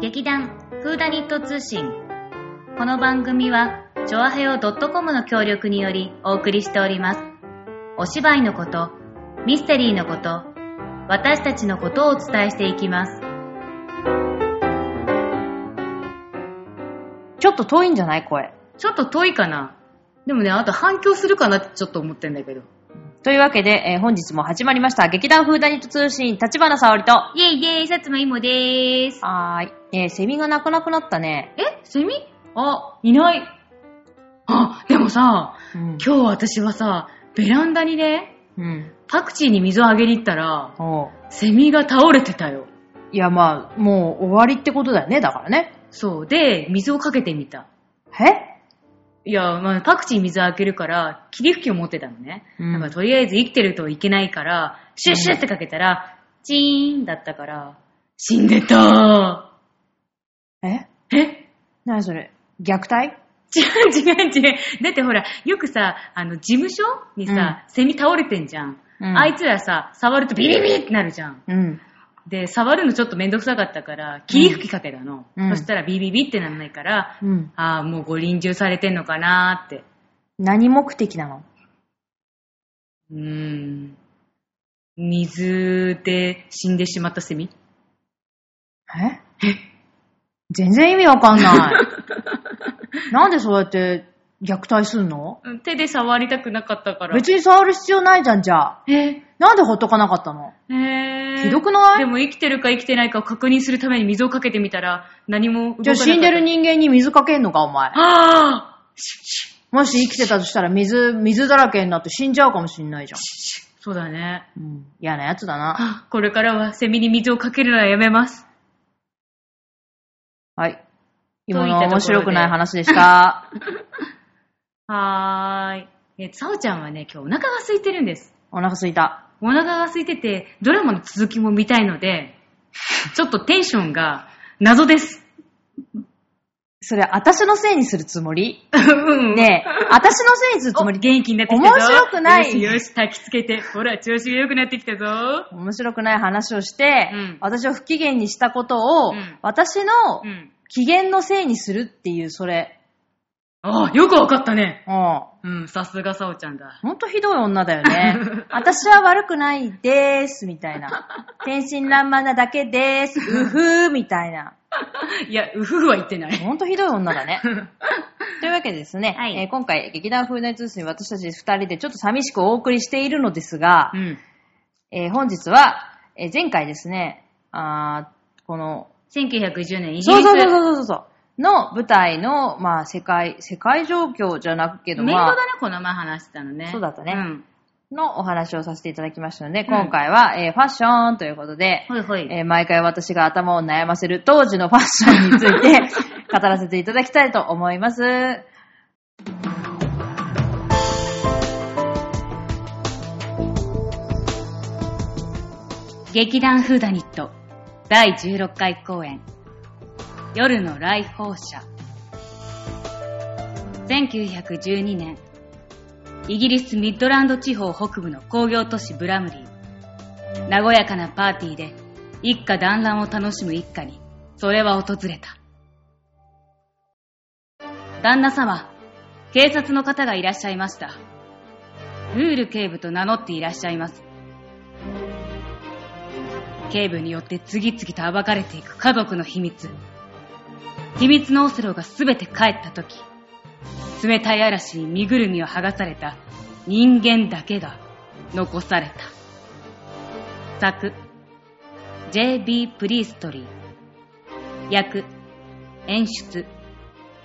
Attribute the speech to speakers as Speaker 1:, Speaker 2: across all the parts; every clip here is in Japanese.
Speaker 1: 劇団フーダニット通信この番組はチョアヘヨ .com の協力によりお送りしておりますお芝居のことミステリーのこと私たちのことをお伝えしていきます
Speaker 2: ちょっと遠いんじゃない声。
Speaker 1: ちょっと遠いかなでもねあと反響するかなってちょっと思ってんだけど
Speaker 2: というわけで、えー本日も始まりました。劇団フーダニット通信、立花沙織と。は
Speaker 1: イェイイェイさつまいもでーす
Speaker 2: ーい。えーセミがなくなくなったね。
Speaker 1: えセミあいないあでもさ
Speaker 2: うん
Speaker 1: 今日私はさベランダにね
Speaker 2: うん。
Speaker 1: パクチーに水をあげに行ったら
Speaker 2: おう
Speaker 1: セミが倒れてたよ
Speaker 2: いや、まあ、もう終わりってことだよね、だからね。
Speaker 1: そうで水をかけてみた
Speaker 2: え
Speaker 1: いや、まあ、パクチーに水をあげるから霧吹きを持ってたのね、
Speaker 2: うん
Speaker 1: だからとりあえず生きてるといけないからシュッシュッってかけたら、チーンだったから死んでた
Speaker 2: え
Speaker 1: え
Speaker 2: なにそれ虐待
Speaker 1: 違う違う違う。だってほら、よくさ、あの、事務所にさ、セミ倒れてんじゃん。
Speaker 2: うん
Speaker 1: あいつらさ、触るとビリビリってなるじゃん。
Speaker 2: うん。
Speaker 1: で、触るのちょっとめんどくさかったから、霧吹きかけたの。
Speaker 2: うん
Speaker 1: そしたらビリビリってならないから、
Speaker 2: うん。
Speaker 1: ああ、もうご臨終されてんのかなーって。
Speaker 2: 何目的なの
Speaker 1: うーん。水で死んでしまったセミ
Speaker 2: え全然意味わかんない。 なんでそうやって虐待すんの
Speaker 1: うん手で触りたくなかったから。
Speaker 2: 別に触る必要ないじゃん、じゃあ。
Speaker 1: え
Speaker 2: なんでほっとかなかったの
Speaker 1: ー、えー
Speaker 2: ひどくない
Speaker 1: でも生きてるか生きてないかを確認するために水をかけてみたら、何も動かなかった。
Speaker 2: じゃあ死んでる人間に水かけんのか、お前。
Speaker 1: ああ
Speaker 2: もし生きてたとしたら水、水だらけになって死んじゃうかもしんないじゃ
Speaker 1: そうだね。
Speaker 2: ん。うん。嫌なやつだな。
Speaker 1: あこれからはセミに水をかけるのはやめます。
Speaker 2: はい。
Speaker 1: と
Speaker 2: 今
Speaker 1: い
Speaker 2: の
Speaker 1: ったところで
Speaker 2: は面白くない話でした。
Speaker 1: はーい。え、さおちゃんはね、今日お腹が空いてるんです。
Speaker 2: お腹すいた。
Speaker 1: お腹が空いてて、ドラマの続きも見たいので、ちょっとテンションが謎です。
Speaker 2: それ、私のせいにするつもり
Speaker 1: うん
Speaker 2: ねえ、私のせいにするつもり
Speaker 1: 元気になってきたぞ。
Speaker 2: 面白くな
Speaker 1: よ
Speaker 2: い
Speaker 1: しよし、焚きつけて。ほら、調子が良くなってきたぞ。
Speaker 2: 面白くない話をして、
Speaker 1: うん
Speaker 2: 私を不機嫌にしたことを、
Speaker 1: うん
Speaker 2: 私の
Speaker 1: うん。
Speaker 2: 機嫌のせいにするっていう、それ。
Speaker 1: ああ、よくわかったね。
Speaker 2: うん。ほ
Speaker 1: うん、さすがさおちゃんだ。
Speaker 2: んとひどい女だよ ね。私は悪くないでーす、みたいな。天真爛漫なだけでーす、うふー、みたいな。
Speaker 1: いや、うふふは言ってない。
Speaker 2: ほんとひどい女だ ね。というわけでですね、
Speaker 1: はい
Speaker 2: えー今回劇団風内通信私たち二人でちょっと寂しくお送りしているのですが、
Speaker 1: うん。
Speaker 2: えー本日は、えー前回ですね、あーこの、
Speaker 1: 1910年イギリス。
Speaker 2: そうそうそうそうそうそう、の舞台の、まあ世界、世界状況じゃなくけど、
Speaker 1: メイド
Speaker 2: まあ
Speaker 1: だね、この前話してたのね。
Speaker 2: そうだったね
Speaker 1: うん。
Speaker 2: のお話をさせていただきましたので、今回は、えーファッションということで、
Speaker 1: ほいほい。
Speaker 2: えー毎回私が頭を悩ませる当時のファッションについて 語らせていただきたいと思います。
Speaker 1: 劇団フーダニット第16回公演夜の来訪者1912年イギリスミッドランド地方北部の工業都市ブラムリー和やかなパーティーで一家団らんを楽しむ一家にそれは訪れた旦那様警察の方がいらっしゃいましたルール警部と名乗っていらっしゃいます警部によって次々と暴かれていく家族の秘密秘密のオセロが全て帰った時冷たい嵐に身ぐるみを剥がされた人間だけが残された作 J.B. プリーストリー役演出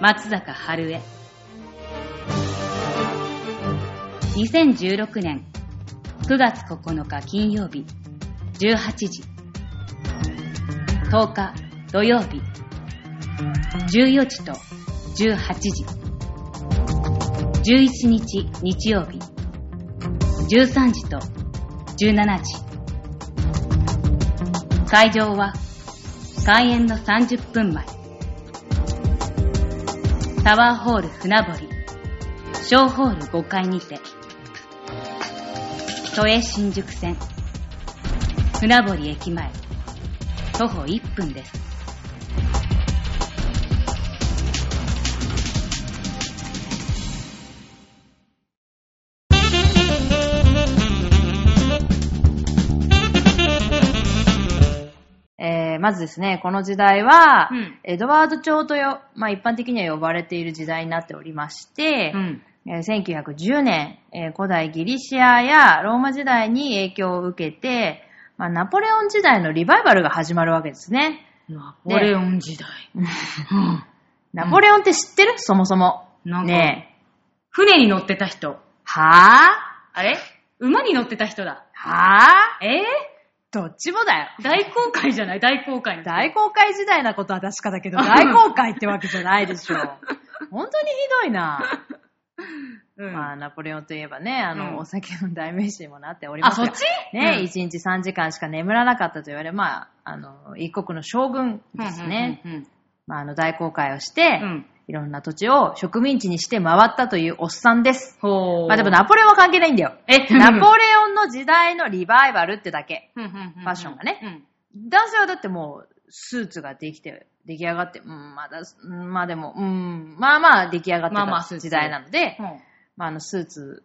Speaker 1: 松坂春江2016年9月9日金曜日18時10日土曜日14時と18時11日日曜日13時と17時会場は開演の30分前タワーホール船堀小ホール5階にて都営新宿線船堀駅前徒歩1分です
Speaker 2: ーまずですね、この時代は、
Speaker 1: うん
Speaker 2: エドワード朝とよ、まあ、一般的には呼ばれている時代になっておりまして、
Speaker 1: うん。
Speaker 2: えー1910年、えー古代ギリシアやローマ時代に影響を受けて、まあ、ナポレオン時代のリバイバルが始まるわけですね。
Speaker 1: ナポレオン時代。うん
Speaker 2: ナポレオンって知ってる、そもそも。
Speaker 1: なんか
Speaker 2: ねえ。
Speaker 1: 船に乗ってた人。
Speaker 2: は
Speaker 1: あれ馬に乗ってた人だ。
Speaker 2: ぁはぁ
Speaker 1: え
Speaker 2: どっちもだよ。
Speaker 1: ー、大航海じゃない大航海の人。
Speaker 2: 大航海時代なことは確かだけ ど、大航海ってわけじゃないでしょ。本当にひどいな。
Speaker 1: うん
Speaker 2: まあ、ナポレオンといえばね、あの、
Speaker 1: うん
Speaker 2: お酒の代名詞にもなっておりま
Speaker 1: あ、
Speaker 2: す
Speaker 1: そ
Speaker 2: が
Speaker 1: っち
Speaker 2: ね、
Speaker 1: うん
Speaker 2: 一1日3時間しか眠らなかったと言われ、まあ、あの、一国の将軍ですね。。
Speaker 1: うんうん
Speaker 2: まあ、あの、大航海をして、
Speaker 1: うん
Speaker 2: いろんな土地を植民地にして回ったというおっさんです。
Speaker 1: ほー。
Speaker 2: まあ、でもナポレオンは関係ないんだよ。
Speaker 1: え
Speaker 2: ナポレオンの時代のリバイバルってだけ。
Speaker 1: フ
Speaker 2: ァッションがね。男性はだってもう、スーツができて、出来上がって、うん、まだ、うんまあでも、うん、まあまあ出来上がって
Speaker 1: まあまあスーツ
Speaker 2: た時代なので、
Speaker 1: うん
Speaker 2: まあ、あの、スーツ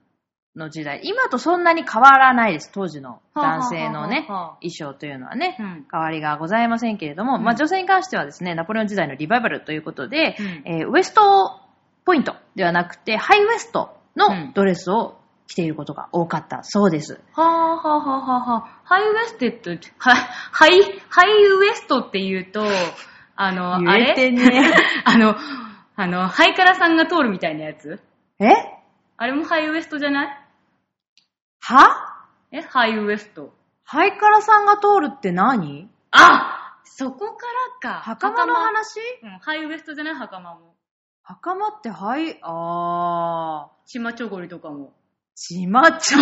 Speaker 2: の時代、今とそんなに変わらないです、当時の男性
Speaker 1: はあはあは
Speaker 2: のね、
Speaker 1: あはあ
Speaker 2: 衣装というのはね
Speaker 1: う。ん。
Speaker 2: 変わりがございませんけれども、
Speaker 1: うん
Speaker 2: まあ、女性に関してはですね、ナポレオン時代のリバイバルということで、
Speaker 1: うん
Speaker 2: えーウエストポイントではなくて、ハイウエスト
Speaker 1: うん
Speaker 2: のドレスを着ていることが多かったそうです。
Speaker 1: はぁはぁはぁはぁはぁ。ハイウエステッド、は、ハイ、ハイウエストって言うと、あの、あ
Speaker 2: 言え
Speaker 1: れ
Speaker 2: てね
Speaker 1: あの、あの、ハイカラさんが通るみたいなやつ
Speaker 2: え
Speaker 1: あれもハイウエストじゃない
Speaker 2: は
Speaker 1: えハイウエスト。
Speaker 2: ハイカラさんが通るって何
Speaker 1: あそこからか。
Speaker 2: 袴の話
Speaker 1: うん、ハイウエストじゃない袴も。
Speaker 2: 袴ってハイ、あー、
Speaker 1: チマチョゴリとかも。
Speaker 2: ちまちゃ ん。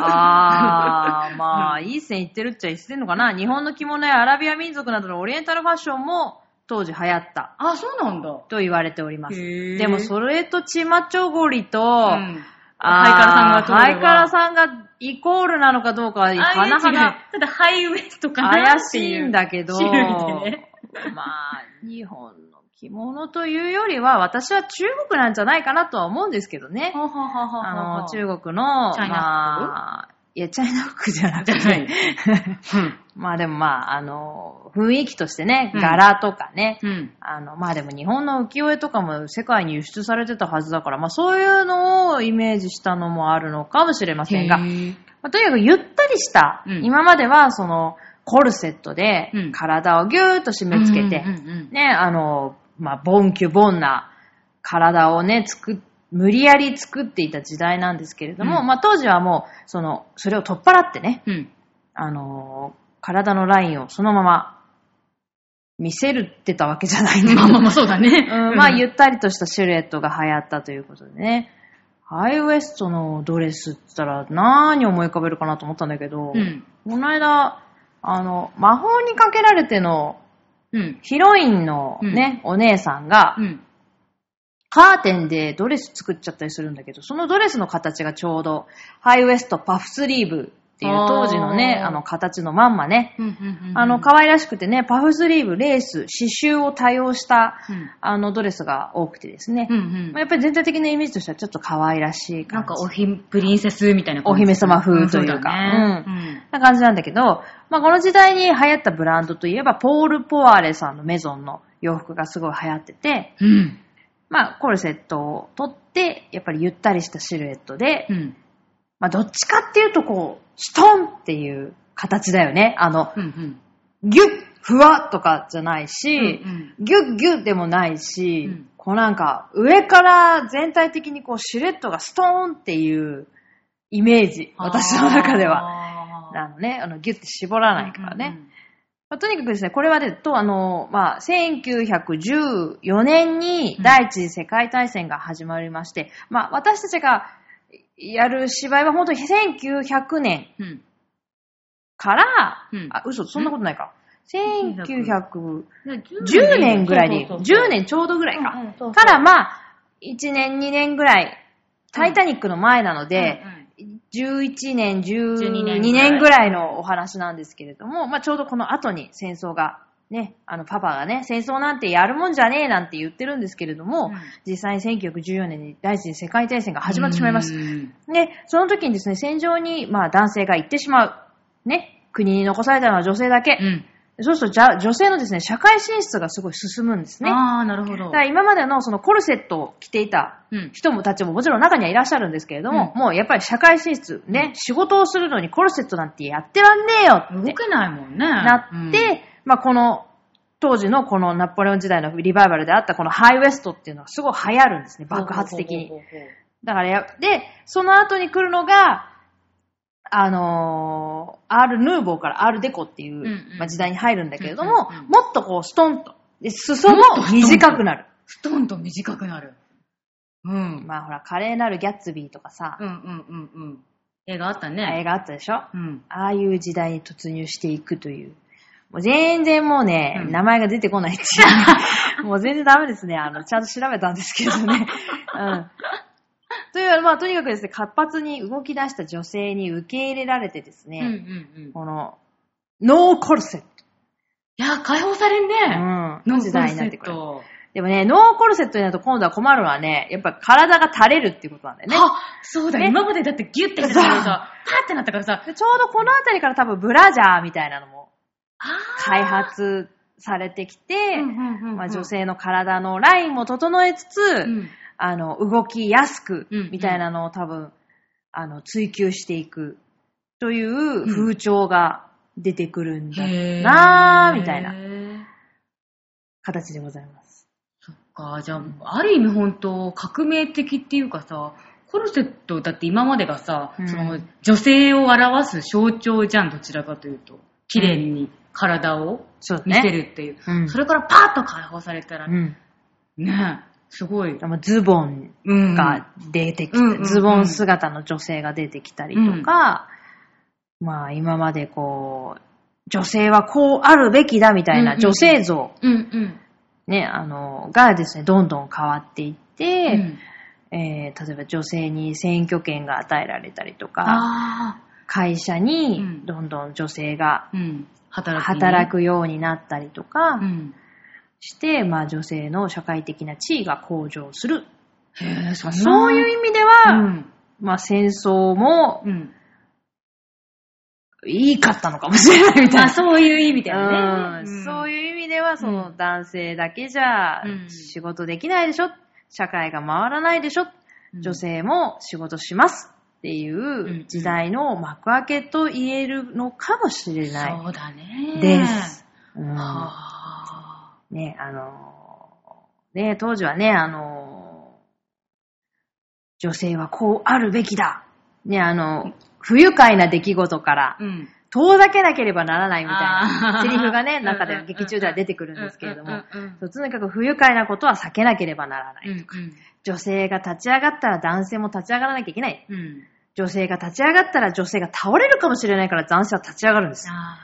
Speaker 2: あー、まあ、いい線いってるっちゃいってんのかな。日本の着物やアラビア民族などのオリエンタルファッションも当時流行った
Speaker 1: あ、そうなんだ。
Speaker 2: と言われております。
Speaker 1: へ
Speaker 2: でも
Speaker 1: う、
Speaker 2: それとちまちょごりと、
Speaker 1: うん、
Speaker 2: あー
Speaker 1: ハイカラさんが通れば
Speaker 2: ハイカラさんがイコールなのかどうかは、
Speaker 1: ああ
Speaker 2: はなはな。
Speaker 1: ただハイウエストかな
Speaker 2: 怪しいんだけど、
Speaker 1: 種類でね
Speaker 2: まあ、日本の着物というよりは、私は中国なんじゃないかなとは思うんですけどね。
Speaker 1: はははは
Speaker 2: あの、
Speaker 1: 国
Speaker 2: 中国の、
Speaker 1: チャイナ
Speaker 2: まあ、いや、チャイナ服じゃなく
Speaker 1: じゃな
Speaker 2: て、
Speaker 1: い。
Speaker 2: まあでもまあ、あの、雰囲気としてね、
Speaker 1: うん
Speaker 2: 柄とかね、
Speaker 1: うん。
Speaker 2: あの、まあでも日本の浮世絵とかも世界に輸出されてたはずだから、まあそういうのをイメージしたのもあるのかもしれませんが、
Speaker 1: へ
Speaker 2: まあとにかくゆったりした、
Speaker 1: うん
Speaker 2: 今まではそのコルセットで
Speaker 1: うん
Speaker 2: 体をぎゅーっと締め付けて、
Speaker 1: うんうんうん
Speaker 2: ね、あの、まあ、ボンキュボンな体をね、つく、無理やり作っていた時代なんですけれども、
Speaker 1: うん
Speaker 2: まあ当時はもう、その、それを取っ払ってね、
Speaker 1: うん。
Speaker 2: あのー体のラインをそのまま見せるってたわけじゃないん
Speaker 1: う
Speaker 2: で
Speaker 1: ん。
Speaker 2: す
Speaker 1: まあまあまあ、そうだね。
Speaker 2: うん、まあ、ゆ
Speaker 1: っ
Speaker 2: ったりとしたシルエットが流行ったということでね。ハイウエストのドレスって言ったら何思い浮かべるかなと思ったんだけど、
Speaker 1: うん。
Speaker 2: この間、あの、魔法にかけられての
Speaker 1: うん。
Speaker 2: ヒロインのね、お姉さんが、
Speaker 1: うん。
Speaker 2: カーテンでドレス作っちゃったりするんだけど、そのドレスの形がちょうど、ハイウエストパフスリーブっていう当時のね、
Speaker 1: あー
Speaker 2: あの形のまんまね、
Speaker 1: うんうんうん
Speaker 2: あの、可愛らしくてね、パフスリーブ、レース、刺繍を多用した、
Speaker 1: うん
Speaker 2: あの、ドレスが多くてですね。
Speaker 1: うんう
Speaker 2: まあ、
Speaker 1: ん。
Speaker 2: やっぱり全体的なイメージとしてはちょっと可愛らしい
Speaker 1: なん
Speaker 2: 感じ。
Speaker 1: か、おひん、プリンセスみたいな感じ。
Speaker 2: お姫様風というか
Speaker 1: んそだね
Speaker 2: な感じなんだけど、まあ、この時代に流行ったブランドといえば、ポール・ポワーレさんのメゾンの洋服がすごい流行ってて、
Speaker 1: うん。うん。
Speaker 2: まあ、コルセットを取って、やっぱりゆったりしたシルエットで、
Speaker 1: うん。
Speaker 2: まあ、どっちかっていうと、こう、ストンっていう形だよね。あの、
Speaker 1: うんうん。
Speaker 2: ギュッ、ふわっとかじゃないし、
Speaker 1: うん
Speaker 2: ギュッギュッでもないし、
Speaker 1: うん
Speaker 2: こうなんか上から全体的にこうシルエットがストーンっていうイメージ、私の中では。
Speaker 1: は
Speaker 2: あのね、あのギュッて絞らないからね。。まあとにかくですね、これはでと、あの、まあ、1914年に第一次世界大戦が始まりまして、まあ、私たちがやる芝居は本当に1900年
Speaker 1: うんうん。
Speaker 2: から、
Speaker 1: うん
Speaker 2: あ、嘘、そんなことないか。1910
Speaker 1: 10
Speaker 2: 年ぐらいに、10年ちょうどぐらいか。から、まあ、1年、2年ぐらい、タイタニックの前なので、11年、12
Speaker 1: 年ぐらい
Speaker 2: 年ぐらいのお話なんですけれども、まあ、ちょうどこの後に戦争が、ね、あの、パパがね、戦争なんてやるもんじゃねえなんて言ってるんですけれども、
Speaker 1: うん
Speaker 2: 実際に1914年に第一次世界大戦が始まってしまいます。
Speaker 1: うん
Speaker 2: で、その時にですね、戦場に、まあ、男性が行ってしまう。ね、国に残されたのは女性だけ。
Speaker 1: うん。
Speaker 2: そうするとじゃ女性のですね、社会進出がすごい進むんですね。
Speaker 1: ああ、なるほ
Speaker 2: だ
Speaker 1: ど
Speaker 2: か。ら今までのそのコルセットを着ていた
Speaker 1: うん。
Speaker 2: 人もたちももちろん中にはいらっしゃるんですけれども、もうやっぱり社会進出、ね、仕事をするのにコルセットなんてやってらんねえよって
Speaker 1: 動けないもんね。
Speaker 2: なって、まあこの、当時のこのナポレオン時代のリバイバルであったこのハイウエストっていうのはすごい流行るんですね、
Speaker 1: うん、
Speaker 2: 爆発的に
Speaker 1: ほう。ほうほうほう
Speaker 2: だからや、で、その後に来るのが、あのー、アール・ヌーボーからアール・デコっていう、
Speaker 1: んうん
Speaker 2: まあ、時代に入るんだけれども、
Speaker 1: うんうんうん
Speaker 2: もっとこう、ストンと。で、裾も
Speaker 1: もっとストンと
Speaker 2: 短くなる。
Speaker 1: ストンと短くなる。うん。
Speaker 2: まあほら、華麗なるギャッツビーとかさ、
Speaker 1: うんうんうんうん。映画あったね。
Speaker 2: 映画あったでしょあ
Speaker 1: うん。
Speaker 2: あいう時代に突入していくという。もう全然もうね、
Speaker 1: うん
Speaker 2: 名前が出てこないっ ていう。もう全然ダメですね。あの、ちゃんと調べたんですけどね。うん。という、まあとにかくですね、活発に動き出した女性に受け入れられてですね、
Speaker 1: うんうんうん。
Speaker 2: この、ノーコルセット。
Speaker 1: いや、解放されん
Speaker 2: う
Speaker 1: ね。
Speaker 2: ん。
Speaker 1: ノ
Speaker 2: の
Speaker 1: ンコル
Speaker 2: 時代
Speaker 1: セ
Speaker 2: になってくる。
Speaker 1: ッ
Speaker 2: でもね、ノーコルセットになると今度は困るのはね、やっぱ体が垂れるっていうことなんだよね。
Speaker 1: あ、そうだ、
Speaker 2: ね
Speaker 1: 今までだってギュッてしてたからさ、パーってなったからさ、
Speaker 2: でちょうどこのあたりから多分ブラジャーみたいなのも
Speaker 1: あ
Speaker 2: 開発されてき
Speaker 1: ー
Speaker 2: て、
Speaker 1: うんうんうんうん
Speaker 2: まあ、女性の体のラインも整えつつ、
Speaker 1: うん
Speaker 2: あの、動きやすく
Speaker 1: うん、
Speaker 2: みたいなのを多分、あの、追求していくという風潮が出てくるんだ
Speaker 1: へー
Speaker 2: なぁ、みたいな形でございます。
Speaker 1: そっか、じゃあ、ある意味本当革命的っていうかさ、コルセットだって今までがさ、
Speaker 2: うん
Speaker 1: その女性を表す象徴じゃん、どちらかというと。綺麗に体を
Speaker 2: そう
Speaker 1: 見せ。るっていう。
Speaker 2: うん
Speaker 1: それからパーッと解放されたら、
Speaker 2: うん。
Speaker 1: ねえ、すごい。
Speaker 2: まあズボン
Speaker 1: うん。
Speaker 2: が出てきた、
Speaker 1: うんうんうん
Speaker 2: ズボン姿の女性が出てきたりとか、まあ今までこう、女性はこうあるべきだみたい
Speaker 1: うんうんう
Speaker 2: なん女性像、
Speaker 1: うんうん。
Speaker 2: ね、あの、がですね、どんどん変わっていって、
Speaker 1: うん
Speaker 2: えー例えば女性に選挙権が与えられたりとか、
Speaker 1: あ
Speaker 2: 会社
Speaker 1: う
Speaker 2: に
Speaker 1: ん
Speaker 2: どんどん女性が
Speaker 1: あ。うん。働く、
Speaker 2: 働。くようになったりとか
Speaker 1: うん。
Speaker 2: して、まあ女性の社会的な地位が向上する。
Speaker 1: へえ、そんな
Speaker 2: そういう意味では、
Speaker 1: うん。
Speaker 2: まあ戦争も
Speaker 1: うん。
Speaker 2: いいかったのかもしれないみたい
Speaker 1: まあ、
Speaker 2: な。
Speaker 1: そういう意味だよね。
Speaker 2: うんそう
Speaker 1: い
Speaker 2: いう意味では、その男性だけじゃ
Speaker 1: うん
Speaker 2: 仕事できないでしょ、社会が回らないでしょ、
Speaker 1: うん。
Speaker 2: 女性も仕事しますっていう時代の幕開けと言えるのかもしれない
Speaker 1: そうだね。
Speaker 2: です。。うん
Speaker 1: はあ。
Speaker 2: ね、あのー、ね、当時はね、あのー、女性はこうあるべきだ。ね、あの、不愉快な出来事から
Speaker 1: うん。
Speaker 2: 遠ざけなければならないみたいな
Speaker 1: あー
Speaker 2: セリフがね、
Speaker 1: うん
Speaker 2: 中で
Speaker 1: う
Speaker 2: は
Speaker 1: ん
Speaker 2: 劇中では出てくるんですけれど
Speaker 1: う
Speaker 2: も
Speaker 1: ん、うんうん
Speaker 2: そうとにかく不愉快なことは避けなければならない。
Speaker 1: う
Speaker 2: 女性が立ち上がったら男性も立ち上がらなきゃいけない。
Speaker 1: ん。うん。
Speaker 2: 女性が立ち上がったら女性が倒れるかもしれないから男性は立ち上がるんです。
Speaker 1: あ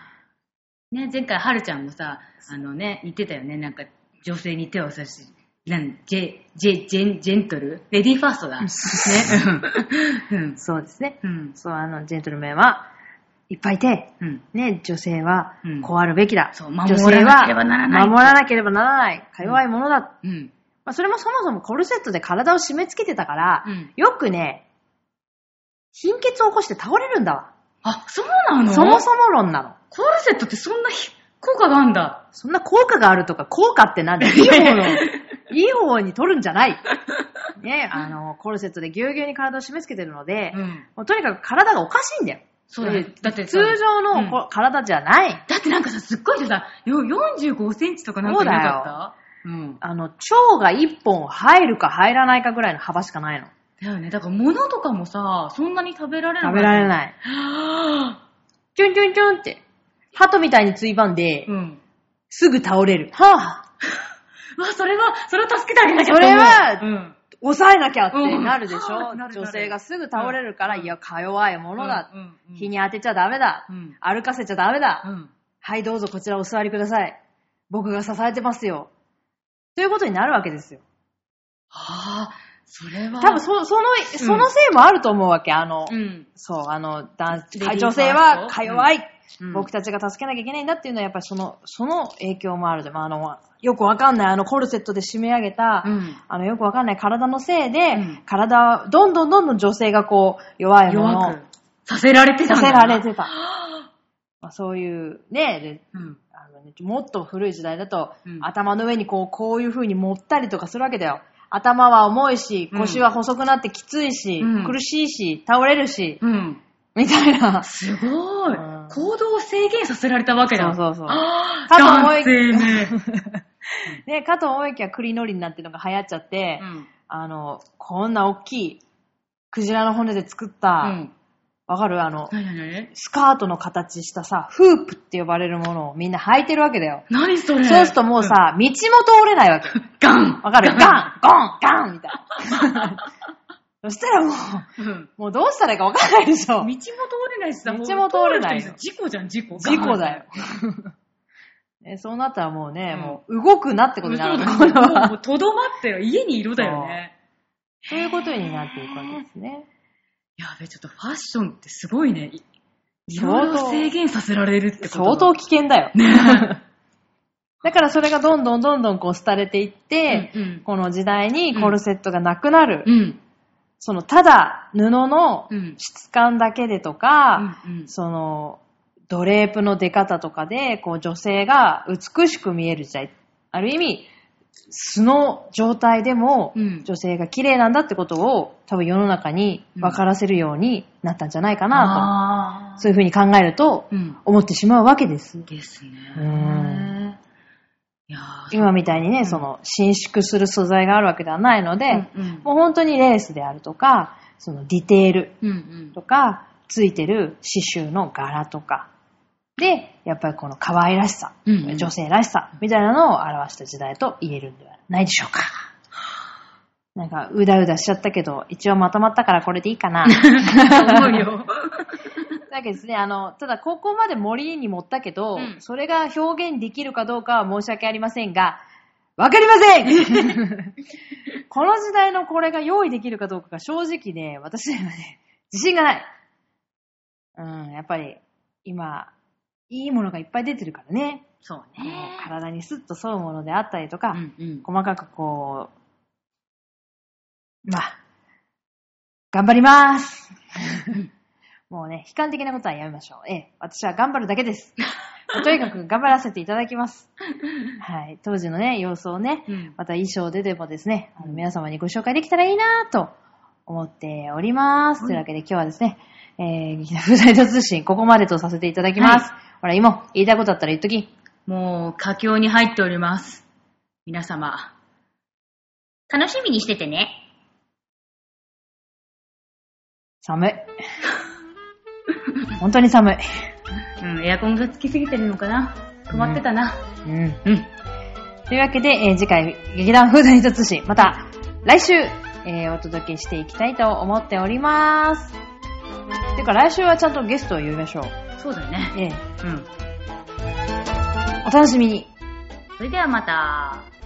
Speaker 1: ーね、前回、はるちゃんもさ、あのね、言ってたよね、なんか、女性に手を差し、なん、ジェ、ジェ、ジェン、ジェントルレディーファーストだ。ね。うん。
Speaker 2: そうですね。
Speaker 1: うん。
Speaker 2: そう、あの、ジェントルメンはいっぱいいて、
Speaker 1: うん。
Speaker 2: ね、女性は
Speaker 1: うん
Speaker 2: こうあるべきだ。
Speaker 1: そう
Speaker 2: 女
Speaker 1: 守
Speaker 2: 性
Speaker 1: らなけれ
Speaker 2: は
Speaker 1: ばならない
Speaker 2: 守らなければならない。か弱いものだ。ま
Speaker 1: うん。
Speaker 2: あ、それもそもそもコルセットで体を締め付けてたから、
Speaker 1: うん
Speaker 2: よくね、貧血を起こして倒れるんだわ。
Speaker 1: あ、そうなの
Speaker 2: そもそも論なの。
Speaker 1: コルセットってそんなひ効果があるんだ。
Speaker 2: そんな効果があるとか、効果ってな んだよ。いい方の、いい方に取るんじゃない。ね、あの、コルセットでぎゅうぎゅうに体を締め付けてるので、
Speaker 1: ん。
Speaker 2: もうとにかく体がおかしいんだよ。
Speaker 1: そうだね
Speaker 2: で
Speaker 1: だってさ
Speaker 2: 通常のこう、体じゃない。
Speaker 1: だってなんかさ、すっごいさ、よ45センチとかなんかいなかったうん。
Speaker 2: あの、腸が一本入るか入らないかぐらいの幅しかないの。
Speaker 1: だよね。だから物とかもさ、そんなに食べられない。
Speaker 2: 食べられ
Speaker 1: い。
Speaker 2: ない。チュンチュンチュンって。鳩みたいについばんで、
Speaker 1: うん。
Speaker 2: すぐ倒れる。はぁ、
Speaker 1: うわ、それは、それを助けてあげなきゃ
Speaker 2: それは
Speaker 1: と思ううん。
Speaker 2: 抑えなきゃってなるでしょ、
Speaker 1: うんなるなる
Speaker 2: 女性がすぐ倒れるから、いや、か弱いものだ、
Speaker 1: うんうん
Speaker 2: 日に当てちゃダメだ、
Speaker 1: うん
Speaker 2: 歩かせちゃダメだ、
Speaker 1: うん。
Speaker 2: はい、どうぞこちらお座りください。僕が支えてますよ。ということになるわけですよ。
Speaker 1: ああ、それは。
Speaker 2: 多分そ、その、そのせいもあると思うわけ。あの、
Speaker 1: うん。
Speaker 2: そう、あの、男
Speaker 1: レディーファースト
Speaker 2: 女性はか弱い。
Speaker 1: うん
Speaker 2: 僕たちが助けなきゃいけないんだっていうのは、やっぱりその、その影響もあるで、まあ、あの、よくわかんない、あの、コルセットで締め上げた、
Speaker 1: うん
Speaker 2: あの、よくわかんない体のせいで、
Speaker 1: うん
Speaker 2: 体は、どんどんどんどん女性がこう、弱いものを
Speaker 1: 弱く。させられてた
Speaker 2: さ
Speaker 1: ん
Speaker 2: せ
Speaker 1: だ
Speaker 2: ら
Speaker 1: な
Speaker 2: れてた。まあ、そういう、ね、で
Speaker 1: うん。
Speaker 2: あのね、もっと古い時代だと、
Speaker 1: うん
Speaker 2: 頭の上にこう、こういう風に持ったりとかするわけだよ。頭は重いし、
Speaker 1: うん
Speaker 2: 腰は細くなってきついし、
Speaker 1: うん
Speaker 2: 苦しいし、倒れるし、
Speaker 1: うん。
Speaker 2: みたいな。
Speaker 1: すごい
Speaker 2: うん。
Speaker 1: 行動を制限させられたわけだ。
Speaker 2: そうそうそう
Speaker 1: ああ、
Speaker 2: かと思
Speaker 1: 男
Speaker 2: い
Speaker 1: 性ね。
Speaker 2: ね、かと思いきや栗のりになってのが流行っちゃって、
Speaker 1: うん
Speaker 2: あの、こんな大きい、クジラの骨で作った、
Speaker 1: う
Speaker 2: わ、
Speaker 1: ん。
Speaker 2: かるあの、
Speaker 1: 何何何
Speaker 2: スカートの形したさ、フープって呼ばれるものをみんな履いてるわけだよ。
Speaker 1: 何それ
Speaker 2: そうするともうさ、道も通れないわけ。
Speaker 1: ガン
Speaker 2: わかるガンゴンガンみた いな。そしたらも
Speaker 1: うん
Speaker 2: う、もうどうしたらいいかわかんないでしょ
Speaker 1: 道。も通れないしさ、
Speaker 2: 道も
Speaker 1: う
Speaker 2: 通れない
Speaker 1: 通る人事故じゃん、事故。
Speaker 2: 事故だよ。。ね、そうなったらもうね、もう動くなって
Speaker 1: そ
Speaker 2: こ
Speaker 1: う
Speaker 2: とに
Speaker 1: だ
Speaker 2: な
Speaker 1: よ
Speaker 2: る
Speaker 1: も
Speaker 2: の今度
Speaker 1: うも
Speaker 2: は。
Speaker 1: うとどまってよ。家にいるだよね。
Speaker 2: ということになっていくわけですね。
Speaker 1: やべ、ちょっとファッションってすごいね。いい
Speaker 2: 相当
Speaker 1: ろいろ制限させられるってこと
Speaker 2: 相当危険だよ。
Speaker 1: ね。
Speaker 2: だからそれがどんどんどんどんこう廃れていって、
Speaker 1: うん
Speaker 2: この時代にコルセットがなくなる。
Speaker 1: うん。
Speaker 2: そのただ布の
Speaker 1: うん。
Speaker 2: 質感だけでとか、
Speaker 1: うん
Speaker 2: その、ドレープの出方とかで、こう女性が美しく見える時代。ある意味、素の状態でも
Speaker 1: う、ん。
Speaker 2: 女性が綺麗なんだってことを、多分世の中に分からせるようになったんじゃないかな
Speaker 1: あ
Speaker 2: と、
Speaker 1: あ。
Speaker 2: そういうふうに考えると、
Speaker 1: うん。
Speaker 2: 思ってしまうわけです。
Speaker 1: ですね。
Speaker 2: うん
Speaker 1: いやー
Speaker 2: 今みたいにね、
Speaker 1: ん
Speaker 2: その、伸縮する素材があるわけではないので、
Speaker 1: うんうん
Speaker 2: もう本当にレースであるとか、そのディテール
Speaker 1: うんうん
Speaker 2: とか、ついてる刺繍の柄とか。で、やっぱりこの可愛らしさ、
Speaker 1: うんうん
Speaker 2: 女性らしさ、みたいなのを表した時代と言えるんではないでしょうか。なんか、うだうだしちゃったけど、一応まとまったからこれでいいかな。
Speaker 1: 思うよ。
Speaker 2: だけどですね、あの、ただここまで森に持ったけ
Speaker 1: う
Speaker 2: ど、
Speaker 1: ん
Speaker 2: それが表現できるかどうかは申し訳ありませんが、わかりません この時代のこれが用意できるかどうかが正直ね、私にはね、自信がない。うん、やっぱり、今、いいものがいっぱい出てるからね。
Speaker 1: そう
Speaker 2: こう
Speaker 1: ね。
Speaker 2: 体にスッと沿うものであったりとか、
Speaker 1: うんうん。
Speaker 2: 細かくこう、まあ、頑張り ます。もうね、悲観的なことはやめましょう。ええ、私は頑張るだけです。 とにかく頑張らせていただき ます。はい、当時のね、様子をね、
Speaker 1: うん
Speaker 2: また衣装ででもですね、あの皆様にご紹介できたらいいなぁと思っております。
Speaker 1: うん
Speaker 2: というわけで今日はですね、えー、劇団風大脱通信、ここまでとさせていただきます。ほら、今、言いたいことあったら言っとき。
Speaker 1: もう、佳境に入っております。皆様。楽しみにしててね。
Speaker 2: 寒 い。本当に寒い。
Speaker 1: うん、エアコンがつきすぎてるのかな止まってたな。
Speaker 2: う
Speaker 1: う
Speaker 2: ん。
Speaker 1: ん。
Speaker 2: というわけで、えー次回、劇団風に突し、また来週、えーお届けしていきたいと思っております。てか来週はちゃんとゲストを呼びましょう。
Speaker 1: そうだね。
Speaker 2: ええ
Speaker 1: うん。
Speaker 2: お楽しみに。
Speaker 1: それではまた。